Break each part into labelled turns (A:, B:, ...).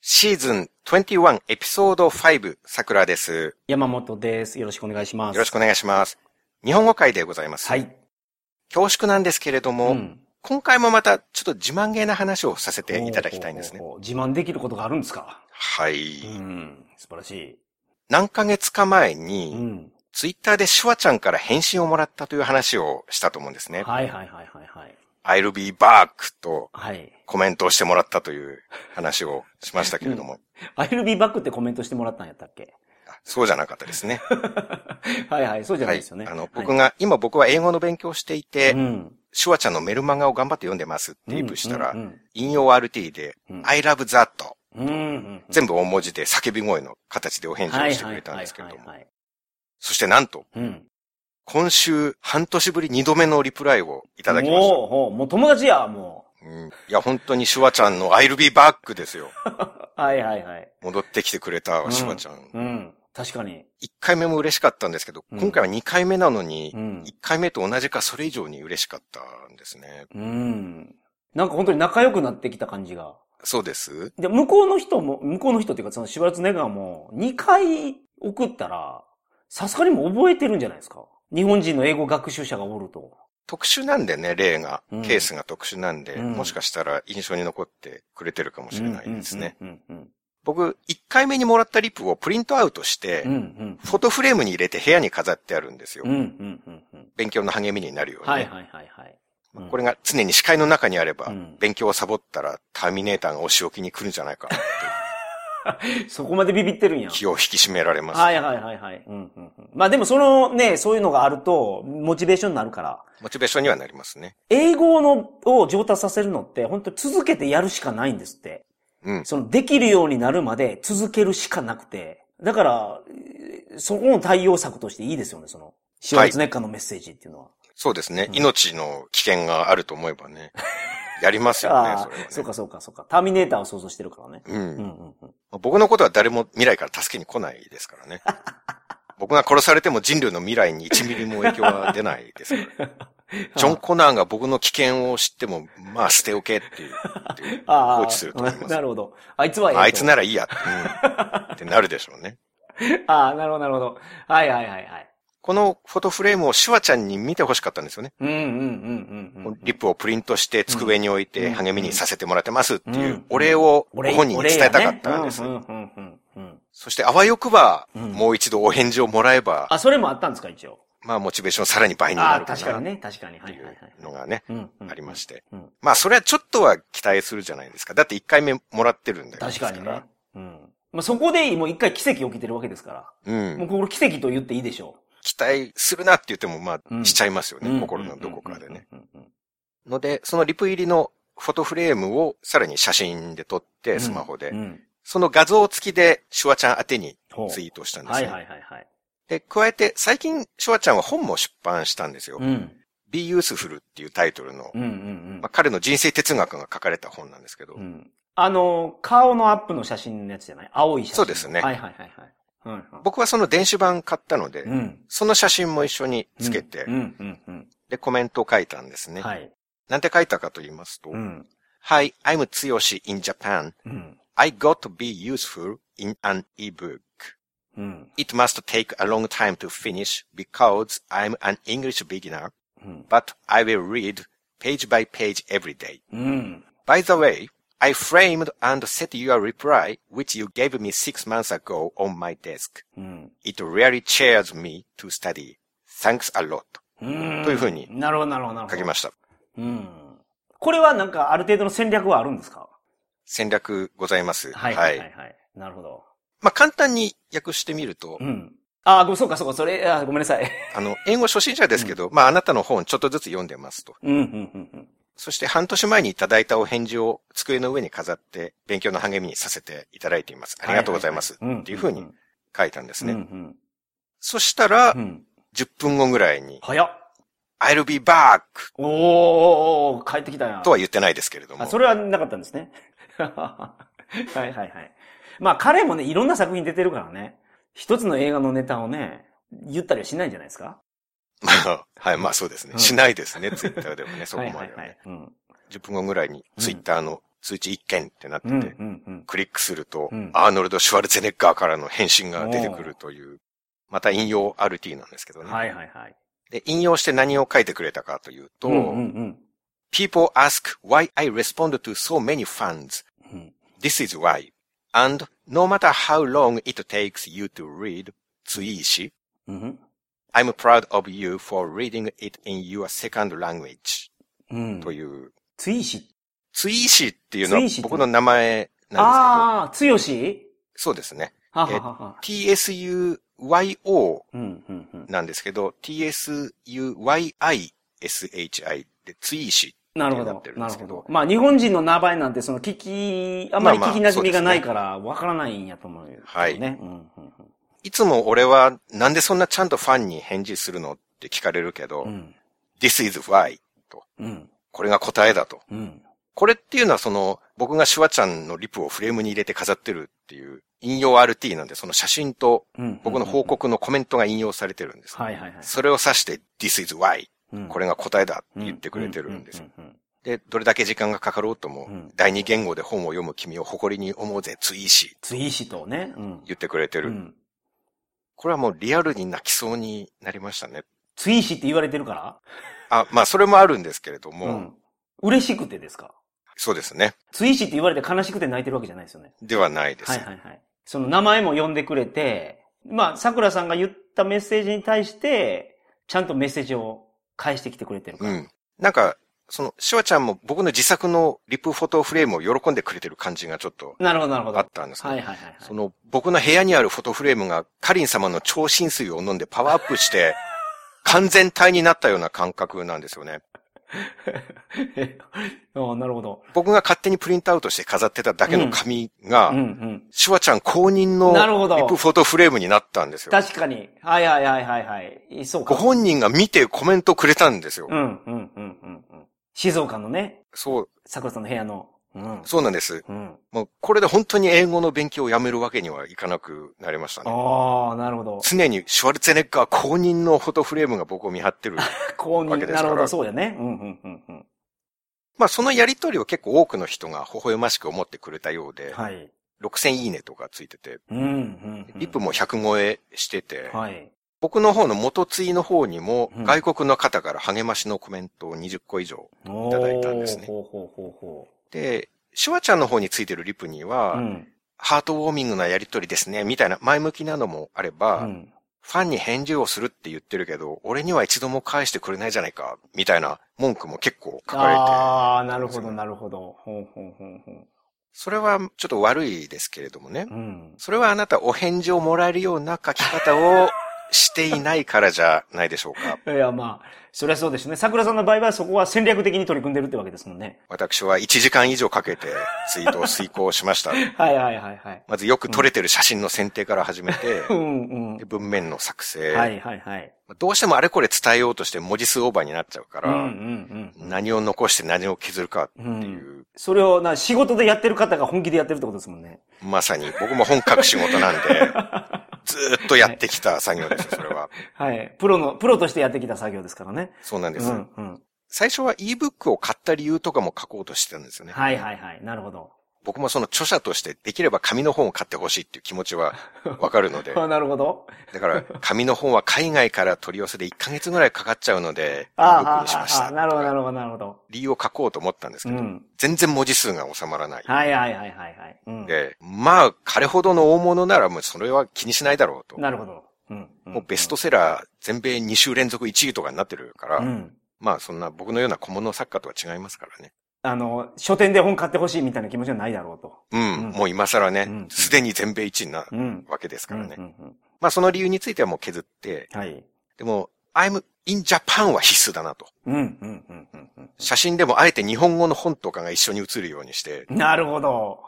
A: シーズン21エピソード5、桜です。
B: 山本です。よろしくお願いします。
A: よろしくお願いします。日本語会でございます。
B: はい。
A: 恐縮なんですけれども、
B: うん
A: 今回もまたちょっと自慢げな話をさせていただきたいんですね。
B: ほうほうほう。自慢できることがあるんですか
A: はい、
B: うん。素晴らし
A: 何ヶ月か前
B: い。
A: に、
B: うん。
A: ツイッターでシュワちゃんから返信をもらったという話をしたと思うんですね。
B: はいはいはいはいはい。
A: I'll be back と
B: はい。
A: コメントをしてもらったという話をしましたけれども、
B: I'll be back ってコメントしてもらったんやったっけ
A: あそうじゃなかったですね。
B: はいはい。そうじゃないですよね。
A: はい。あの、
B: はい
A: 僕が、今僕は英語の勉強をしていて、
B: うん。
A: シュワちゃんのメルマガを頑張って読んでますって言プしたら、
B: うんうん
A: 引用 RT で、
B: うん
A: I love that
B: うんうん。
A: 全部大文字で叫び声の形でお返事をしてくれたんですけれども。そしてなんと、
B: うん。
A: 今週半年ぶり2度目のリプライをいただきました。
B: もう、ほうもう友達や、も
A: うん、いや、本当にシュワちゃんの I'll be back ですよ。
B: う。はいはいはい。
A: 戻ってきてくれたシュワちゃん。
B: うん。確かに。
A: 1回目も嬉しかったんですけど、
B: うん
A: 今回は2回目なのに、
B: うん
A: 1。回目と同じかそれ以上に嬉しかったんですね。
B: うん。なんか本当に仲良くなってきた感じが。
A: そうです
B: で、向こうの人も、向こうの人っていうか、そのシュワルツェネッガーも、2回送ったら、さすがにもう覚えてるんじゃないですか。日本人の英語学習者がおると。
A: 特殊なんでね、例が、
B: うん
A: ケースが特殊なんで、
B: うん
A: もしかしたら印象に残ってくれてるかもしれないですね。
B: うんうん
A: 僕、1回目にもらったリップをプリントアウトして、
B: うんうん。うん
A: フォトフレームに入れて部屋に飾ってあるんですよ。
B: うん。うんうんうんうん。
A: 勉強の励みになるように。
B: はいはいはいはい。うん
A: これが常に視界の中にあれば、
B: うん
A: 勉強をサボったらターミネーターがお仕置きに来るんじゃないかなって
B: そこまでビビってるんや。
A: 気を引き締められます。
B: はいはいはいはい。うんうんうん、まあでもそのね、そういうのがあると、モチベーションになるから。
A: モチベーションにはなりますね。
B: 英語のを上達させるのって、本当続けてやるしかないんですって。
A: うん。
B: その、できるようになるまで続けるしかなくて。だから、えーそこの対応策としていいですよね、その、シュワルツェネッカーのメッセージっていうのは。
A: そうですね。
B: うん
A: 命の危険があると思えばね。やりますよね、
B: あ
A: それはね。
B: あ、そうかそうかそうか。ターミネーターを想像してるからね。
A: う
B: うんんう。んうん。
A: 僕のことは誰も未来から助けに来ないですから ね。僕が殺されても人類の未来に1ミリも影響は出ないですから。 ジョン・コナーが僕の危険を知っても、まあ捨ておけっていう、っていう
B: ああ
A: 放置すると思います
B: なるほど。あいつはええと
A: あいつならいいや、うんってなるでしょうね。
B: ああ、なるほどなるほど。はいはいはいはい。
A: このフォトフレームをシュワちゃんに見てほしかったんですよね。
B: うんうんうんうんうん。
A: リップをプリントして机に置いて
B: うん
A: 励みにさせてもらってますっていううんお礼をご
B: 俺
A: 本人に伝えたかったんです
B: う。んうんうんうん。
A: そしてあわよくば、
B: うん
A: もう一度お返事をもらえば、
B: あ、それもあったんですか、一応。
A: まあモチベーションさらに倍にな
B: あ
A: る
B: あ、
A: かな。
B: 確かにね、確かに。
A: っ
B: は
A: て
B: い
A: い。
B: はいはいう
A: のがね、
B: うんうん
A: ありまして。
B: うん。
A: まあ、それはちょっとは期待するじゃないですか。だって1回目もらってるんだよ。
B: 確かにね。うん。まあ、そこでもう一回奇跡起きてるわけですから。
A: うん。
B: もうこれ奇跡と言っていいでしょ
A: 期待するなって言っても、ま
B: う
A: あ、
B: ん
A: しちゃいますよ
B: う。
A: ね。
B: うん
A: 心のどこかでね。。
B: うんうんうん
A: ので、そのリプ入りのフォトフレームをさらに写真で撮って、スマホで
B: う。ん。
A: その画像付きで、シュワちゃん宛てに
B: ほう
A: ツイートしたんです
B: はい
A: ね。
B: はいはいはい。
A: で、加えて、最近、シュワちゃんは本も出版したんですよ
B: う。ん。
A: Be Useful っていうタイトルの
B: うんうんうん
A: まあ、。彼の人生哲学が書かれた本なんですけど、
B: うんあの、顔のアップの写真のやつじゃない青い写真。
A: そうですね
B: はいはいはいはいうんうん。
A: 僕はその電子版買ったので、
B: うん。
A: その写真も一緒につけて、
B: うんうんうん
A: で、コメントを書いたんです
B: う
A: ね。
B: ん。はい。
A: なんて書いたかと言いますと、
B: うん。
A: Hi, I'm Tsuyoshi in Japan.
B: うん。
A: I got to be useful in an ebook.
B: うん。
A: It must take a long time to finish because I'm an English beginner,
B: うん。
A: but I will read page by page every day.
B: うん。
A: By the way, I framed and set your reply, which you gave me six months ago on my desk.
B: うん。
A: It really cheers me to study. Thanks a lot.
B: うん
A: というふうに
B: なるほどなるほどなるほ
A: 書
B: ど。
A: きました。
B: うん。これはなんかある程度の戦略はあるんですか
A: 戦略ございます。
B: はいはいはいはい。なるほど。
A: まあ、簡単に訳してみると
B: う、ん。ああ、ごそうかそうか、それ、あーごめんなさい。
A: あの、英語初心者ですけど、まあ、あなたの本ちょっとずつ読んでますと。
B: うん、うん、うんうん。
A: そして半年前にいただいたお返事を机の上に飾って、勉強の励みにさせていただいています。ありがとうございます。
B: ははは
A: っていうふうに書いたんです
B: うん
A: ね。
B: うん
A: そしたら
B: うん。う、ん。
A: 10分後ぐらいに、
B: 早っ。
A: I'll be back!
B: おーおーおー帰ってきたな。
A: とは言ってないですけれど
B: あ、
A: も
B: そ。れはなかったんですね。 はいはいはい。まあ彼もね、いろんな作品出てるからね。一つの映画のネタをね、言ったりはしないんじゃないですか
A: まあ、 はい、まあそうです
B: う
A: ね。
B: ん
A: しないですね、ツイッターではね、そこまでは
B: はいはいは
A: ね
B: い。。うん。
A: 10分後ぐらいにツイッターの通知1件ってなって
B: うん、う
A: て、
B: ん、うん。
A: クリックすると
B: うん、
A: アーノルド・シュワルツェネッガーからの返信が出てくるという、また引用 RT なんですけどね。
B: はいはいはい。
A: で、引用して何を書いてくれたかというと、
B: うん、うん、
A: People ask why I respond to so many fans.
B: うん。
A: This is why. And no matter how long it takes you to read, Tsuishi,
B: うん、
A: I'm proud of you for reading it in your second language.
B: うん。
A: と
B: う。
A: いう、
B: ついし。
A: Tsuishi っていうのは
B: ツイーシって
A: 僕の名前なんで
B: ああ、つよし
A: すけど、そうですね。
B: はははは。
A: tsuyo
B: うん、うん、うん。
A: なんですけど、tsuyishi で、ツイーシ。
B: なるほ
A: っ
B: ど
A: てなってるん
B: な
A: で
B: る
A: すけ
B: ほ
A: ど
B: ど。まあ、日本人の名前なんて、その聞き、あんまり
A: まあまあ
B: 聞き馴染みがないから、わからないんやと思うよ、ね。
A: はい
B: ね。うん、うん、
A: いつも俺はなんでそんなちゃんとファンに返事するのって聞かれるけど、
B: うんうん。
A: this is why と。
B: うん、
A: これが答えだと。
B: うん。
A: これっていうのはその、僕がシュワちゃんのリプをフレームに入れて飾ってるっていう、引用 RT なんで、その写真と
B: うん。
A: 僕の報告のコメントが引用されてるんです。
B: はいはいはい。
A: それを指して、this is why
B: うん
A: これが答えだって言ってくれてるんですよ。。
B: ううん
A: で、どれだけ時間がかかろうとも、
B: うん
A: 第二言語で本を読む君を誇りに思うぜ、ツイーシ
B: ツイシとね。うん。
A: 言ってくれて
B: う
A: る。
B: ん
A: これはもうリアルに泣きそうになりましたね。
B: ツイシって言われてるか
A: あ、まあそれもあるんですけれども、
B: らん。嬉しくてですか
A: そうですね。
B: ツイシって言われて悲しくて泣いてるわけじゃないですよね。
A: ではないです。
B: はいはいはい。その名前も呼んでくれて、まあ、桜さんが言ったメッセージに対して、ちゃんとメッセージを返してきてくれてるか
A: う
B: ら。
A: ん。なんか、その、シュワちゃんも僕の自作のリプフォトフレームを喜んでくれてる感じがちょっと
B: なるほどなるほど。
A: あったんですけど、
B: はいはいはいはい。
A: その、僕の部屋にあるフォトフレームがカリン様の超浸水を飲んでパワーアップして、完全体になったような感覚なんですよね。
B: ああ、なるほど。
A: 僕が勝手にプリントアウトして飾ってただけの紙が、
B: うんうん。
A: シュワちゃん公認の
B: なるほど
A: リプフォトフレームになったんですよ。
B: 確かに。はいはいはいはいはい。そうか。
A: ご本人が見てコメントくれたんですよ。
B: うんうんうんうんうん。静岡のね、
A: そう、
B: 桜さんの部屋の。うん。
A: そうなんです。
B: うん。
A: もうこれで本当に英語の勉強をやめるわけにはいかなくなりましたね。
B: ああ、なるほど。
A: 常にシュワルツェネッガー公認のフォトフレームが僕を見張ってる。
B: こう
A: わ
B: に、
A: けです
B: な
A: から
B: るほど、そうやね。うんうんうんうん。
A: まあそのやりとりを結構多くの人が微笑ましく思ってくれたようで、
B: はい。
A: 6000いいねとかついてて、
B: うんうん、うん。
A: リップも100超えしてて、
B: はい。
A: 僕の方の元ツイの方にも
B: うん
A: 外国の方から励ましのコメントを20個以上。
B: い
A: ただいたんですね
B: ほうほうほうほ
A: で、シュワちゃんの方についてるリプに
B: う。
A: は、
B: うん。
A: ハートウォーミングなやりとりですね、みたいな前向きなのもあれば、
B: うん。
A: ファンに返事をするって言ってるけど、俺には一度も返してくれないじゃないか、みたいな文句も結構書かれて、
B: ああ、なるほど、なるほど。ほうほうほうほう。
A: それはちょっと悪いですけれどもね
B: う。ん。
A: それはあなたお返事をもらえるような書き方をしていないからじゃないでしょうか。
B: いや、まあ、そりゃそうですね。桜さんの場合はそこは戦略的に取り組んでるってわけですもんね。
A: 私は1時間以上かけてツイートを遂行しました。
B: はいはいはいはい。
A: まずよく撮れてる写真の選定から始めて、
B: うん
A: で
B: う
A: 文面の作成、
B: ん。はいはいはい。
A: どうしてもあれこれ伝えようとして文字数オーバーになっちゃうか
B: うん
A: ら、
B: うんうん。
A: 何を残して何を削るかっていう、
B: それをな、仕事でやってる方が本気でやってるってことですもんね。
A: まさに、僕も本格仕事 なんで、ずーっとやってきた作業ですよ、それは。
B: はい。プロの、プロとしてやってきた作業ですからね。
A: そうなんで
B: う
A: す。
B: んうん。
A: 最初は ebook を買った理由とかも書こうとしてたんですよね。
B: はいはいはい。なるほど。
A: 僕もその著者としてできれば紙の本を買ってほしいっていう気持ち はわかるので、
B: あなるほど。
A: だ から紙の本は海外から取り寄せで1ヶ月ぐらいかかっちゃうので、ebook
B: あ
A: にしまし
B: あ、
A: た。
B: ああ、なるほどなるほどなるほど。
A: 理由を書こうと思ったんです
B: う
A: けど、
B: ん。
A: 全然文字数が収まらない。
B: はいはいはいはいはい。うん。
A: で、まあ、彼ほどの大物ならもうそれは気にしないだろうと。
B: なるほど。うん。
A: もうベストセラー全米2週連続1位とかになってるから、
B: うん。
A: まあそんな僕のような小物作家とは違いますからね。
B: あの、書店で本買ってほしいみたいな気持ちはないだろうと。
A: うん、
B: うん
A: もう今更
B: う
A: ね
B: ん、
A: すでに全米1位な
B: うん。
A: わけですからね。
B: うんうん
A: まあその理由についてはもう削って、
B: うんはい。
A: でも、I'm in Japan は必須だなと。
B: うん、うん、うん、うんう
A: 写真でもあえて日本語の本とかが一緒に写るようにして、
B: ん。なるほど。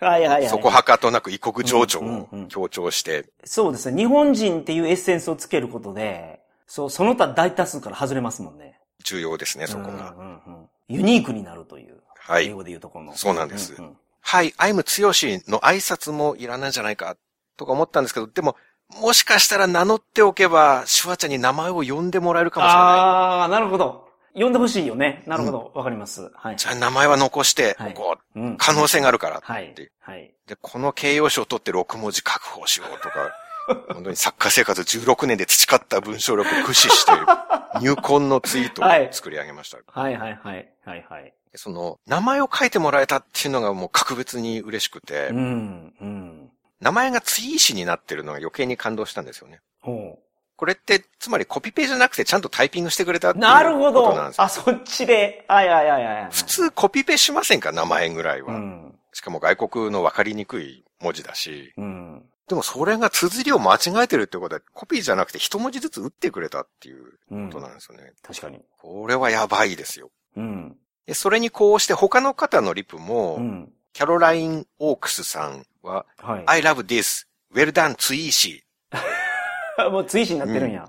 B: はいはいはい。
A: そこはかとなく異国情緒
B: うん
A: を
B: うんうん
A: 強調して、
B: そうですね。日本人っていうエッセンスをつけることで、そう、その他大多数から外れますもんね。
A: 重要ですね、そこが
B: う。んうんうんユニークになるという。
A: は
B: 英
A: い。
B: 語で言うところの。
A: そうなんです
B: ううん
A: はい、I'm 強しの挨拶もいらないんじゃないか、とか思ったんですけど、でも、もしかしたら名乗っておけば、シュワちゃんに名前を呼んでもらえるかもしれない。
B: ああ、なるほど。呼んでほしいよね。なるほど。わ、かります。はい。
A: じゃあ名前は残して、
B: はい
A: こう、
B: うん。
A: 可能性があるからって、
B: はい。はい。
A: で、この形容詞を取って6文字確保しようとか、本当に作家生活16年で培った文章力を駆使して、入魂のツイートを作り上げました。
B: はいはいはい。はいはい。
A: でその、名前を書いてもらえたっていうのがもう格別に嬉しくて、
B: うん。うん。
A: 名前がツイー詞になってるのが余計に感動したんですよね。
B: ほ
A: これって、つまりコピペじゃなくてちゃんとタイピングしてくれたって
B: う。
A: いう
B: なる
A: こ
B: ほど
A: となんです。よ。
B: あ、そっちで。はいはいはいはいはい。
A: 普通コピペしませんか名前ぐらいうは。
B: ん。
A: しかも外国の分かりにくい文字だし。
B: うん。
A: でもそれが綴りを間違えてるってことは、コピーじゃなくて一文字ずつ打ってくれたっていう
B: う
A: こ
B: ん
A: と。なんですよね。
B: 確かに。
A: これはやばいですよ。
B: うん。
A: で、それにこうして他の方のリプも、
B: うん。
A: キャロライン・オークスさんは、
B: はい。
A: I love this, well done, ツイーシ
B: もう追試になってるんや。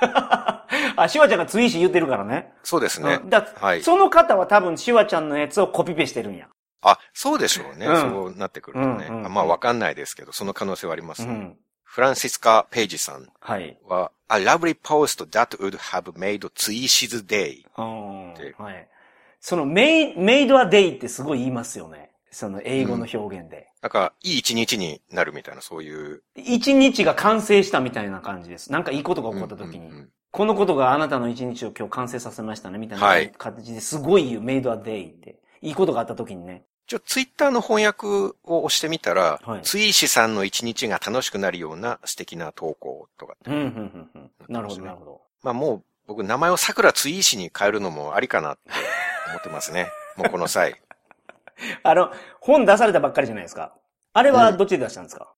B: あ、シュワちゃんが追試言ってるからね。
A: ー。そうですね
B: う。んだ
A: はい。
B: その方は多分シュワちゃんのやつをコピペしてるんや。
A: あ、そうでしょうね。
B: うん
A: そうなってくるとね。
B: うんうん
A: あまあわかんないですけど、その可能性はあります
B: う
A: ね、
B: ん。
A: フランシスカ・ペイジさん
B: はい。
A: は、A lovely post that would have made ツイーシズ day.
B: うん
A: で
B: はい。そのメイ、メイドアデイってすごい言いますよね。その英語の表現で。
A: なんか、いい一日になるみたいな、そういう。
B: 一日が完成したみたいな感じです。なんかいいことが起こった時に。
A: うんうんうん
B: このことがあなたの一日を今日完成させましたね、みたい
A: はい
B: な形ですごい言う、メイドアデイって。いいことがあった時にね。
A: ちょ、ツイッターの翻訳を押してみたら、
B: はい
A: ツイーシさんの一日が楽しくなるような素敵な投稿とか。
B: うん、うん、うん、うん。なるほど、なるほど。
A: まあもう、僕、名前を桜ツイーシに変えるのもありかなって思ってますね。もうこの 際。
B: あの、本出されたばっかりじゃないですか。あれはどっちで出したんですか、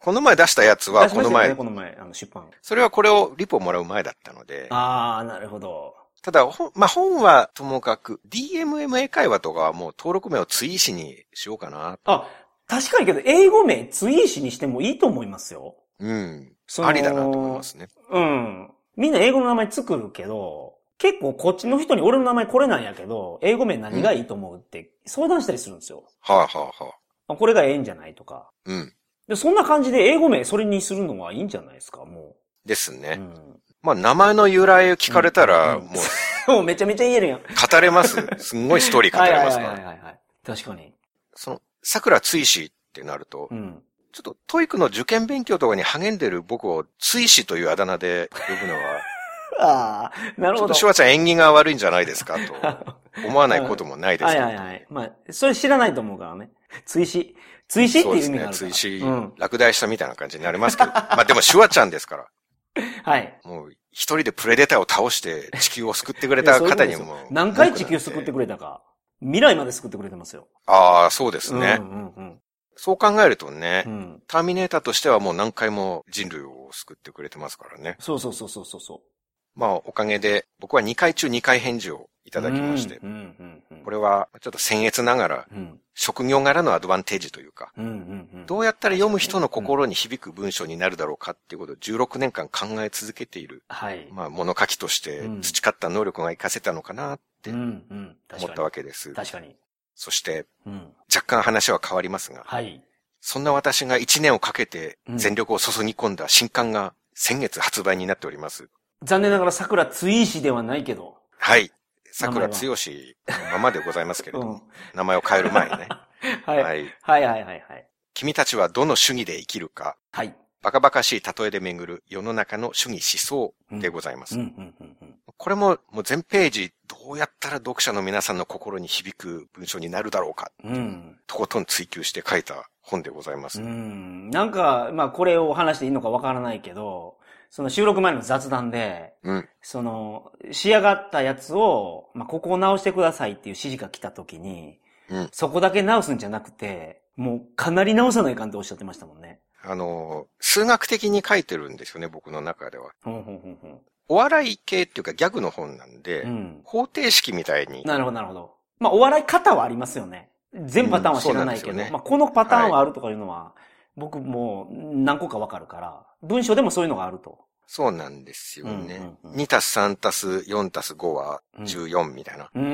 A: この前出したやつ
B: 出
A: は、
B: し
A: こ
B: ま
A: の
B: したよね
A: 前、
B: この前、あの、出版。
A: それはこれを、リポをもらう前だったので、
B: あー、なるほど。
A: ただ、ほんまあ、本はともかく、DMMA 会話とかはもう登録名をツイーシにしようかな。
B: あ、確かにけど、英語名、ツイーシにしてもいいと思いますよ。
A: うん。
B: その
A: ありだなと思いますね。
B: うん。みんな英語の名前作るけど、結構こっちの人に俺の名前これなんやけど、英語名何がいいと思うって相談したりするんですよ。
A: はあ、はあはあ、
B: あこれがええんじゃないとか。
A: うん。
B: で、そんな感じで英語名それにするのはいいんじゃないですか、も
A: です
B: う。う
A: ね。
B: ん。
A: まあ、名前の由来を聞かれたら、
B: うん
A: もう、
B: もうめちゃめちゃ言えるやん。
A: 語れ ます。すんごいストーリー語
B: はいは
A: れ
B: い
A: ま
B: は
A: す
B: い
A: か
B: はい
A: ら。
B: はい。確かに。
A: その、桜追試ってなると
B: う、ん。
A: ちょっとトイックの受験勉強とかに励んでる僕を追試というあだ名で呼ぶ のは、
B: ああ、なる
A: ちょ
B: ほ
A: っと
B: ど。
A: シュワちゃん縁起が悪いんじゃないですかと思わないこともないです
B: は
A: け
B: い
A: ど。
B: はいはい。まあ、それ知らないと思うからね。追試。追試って
A: そうで
B: いう意
A: す
B: 味がある
A: ね
B: か。ら。
A: 追試
B: うん。、
A: 落第したみたいな感じになります けど。まあでもシュワちゃんですから。
B: はい。
A: もう、一人でプレデターを倒して地球を救ってくれた方に
B: そういうことです
A: も
B: よ。何回地球を救って
A: れ
B: くれたか。未来まで救ってくれてますよ。
A: ああ、そうですね。
B: うんうんうん。
A: そう考えるとね、
B: うん。
A: ターミネーターとしてはもう何回も人類を救ってくれてますからね。
B: そうそうそうそうそうそう。
A: まあ、おかげで、僕は2回中2回返事をいただきまして、
B: うんうんうんうん。
A: これはちょっと僭越ながら、
B: うん。
A: 職業柄のアドバンテージというか、
B: うんうんうん。
A: どうやったら読む人の心に響く文章になるだろうかっていうことを16年間考え続けている、
B: はい。
A: まあ、物書きとして
B: うん
A: 培った能力が活かせたのかなって
B: うんうん。確
A: 思
B: か
A: っ
B: に
A: たわけです。
B: 確かに。
A: そして、
B: うん。
A: 若干話は変わりますが、
B: はい。
A: そんな私が1年をかけて
B: うん
A: 全力を注ぎ込んだ新刊が先月発売になっております。
B: 残念ながら桜追試ではないけど。
A: はい。
B: 名前
A: 桜
B: は
A: 剛のままでございますけれ
B: う
A: ど
B: ん。
A: も、 名前を変える前にね。
B: はい。は
A: はいい。
B: はいはいはい。
A: 君たちはどの主義で生きるか、
B: はい。
A: バカバカしい例えで巡る世の中の主義思想でございま
B: う
A: す。
B: んうんうんうん。
A: これも、もう全ページ、どうやったら読者の皆さんの心に響く文章になるだろうか、
B: うん。
A: とことん追求して書いた本でございます。
B: うん。なんか、まあこれを話していいのかわからないけど、その収録前の雑談で、
A: うん。
B: その、仕上がったやつを、まあ、ここを直してくださいっていう指示が来た時に、
A: うん
B: そこだけ直すんじゃなくて、もうかなり直さないかんっておっしゃってましたもんね。
A: あの、数学的に書いてるんですよね、僕の中では。
B: ほんほんほんほん。
A: お笑い系っていうかギャグの本なんで、
B: うん。
A: 方程式みたいに、
B: なるほど、なるほど。まあ、お笑い方はありますよね。全パターンは知らないけど、
A: うんそうなんですよね
B: まあ、このパターンはあるとかいうのは、僕もう何個かわかるから、文章でもそういうのがあると。
A: そうなんですよ
B: う
A: ね
B: ん。うんうん
A: 2たす3たす4たす5は14みたいな。
B: うん、うん、う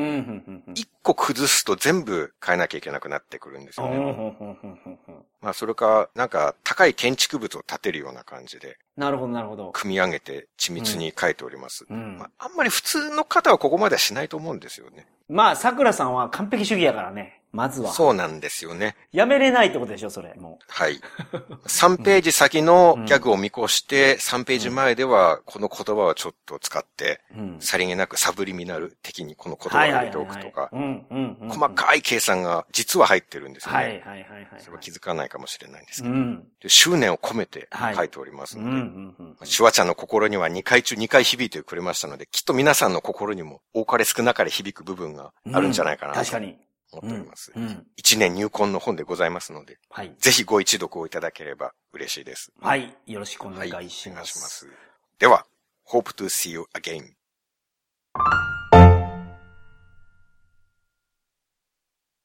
B: ん、うん。
A: 1個崩すと全部変えなきゃいけなくなってくるんですよ
B: うんうん
A: ね。
B: うんうんうんうん
A: まあそれか、なんか高い建築物を建てるような感じで
B: なるほど、なるほど。
A: 組み上げて緻密に書いております。
B: うん
A: ま。あ、あんまり普通の方はここまではしないと思うんですよね。
B: まあ、桜さんは完璧主義やからね。まずは。う。
A: そうなんですよね。
B: やめれないってことでしょ、それ。も
A: はい。3ページ先のギャグを見越して、3ページ前ではこの言葉はちょっと使って、
B: う。うん。
A: さりげなくサブリミナル的にこの言葉を入れておくとか、
B: うん、うん、うん。
A: 細かい計算が実は入ってるんですよね。
B: はい、はい、はい、はい。
A: それは気づかないかもしれないんです
B: う
A: けど、
B: ん。
A: で執念を込めて
B: はい
A: 書いております
B: う
A: の
B: ん、
A: で、
B: うん、うん。
A: シュワちゃんの心には2回中2回響いてくれましたので、きっと皆さんの心にも多かれ少なかれ響く部分があるんじゃないかなと
B: 確かに。
A: 思っております。
B: うん。
A: 一年入魂の本でございますので、
B: はい。
A: ぜひご一読をいただければ嬉しいです。
B: はい。よろしくお願いします。
A: では、Hope to see you again.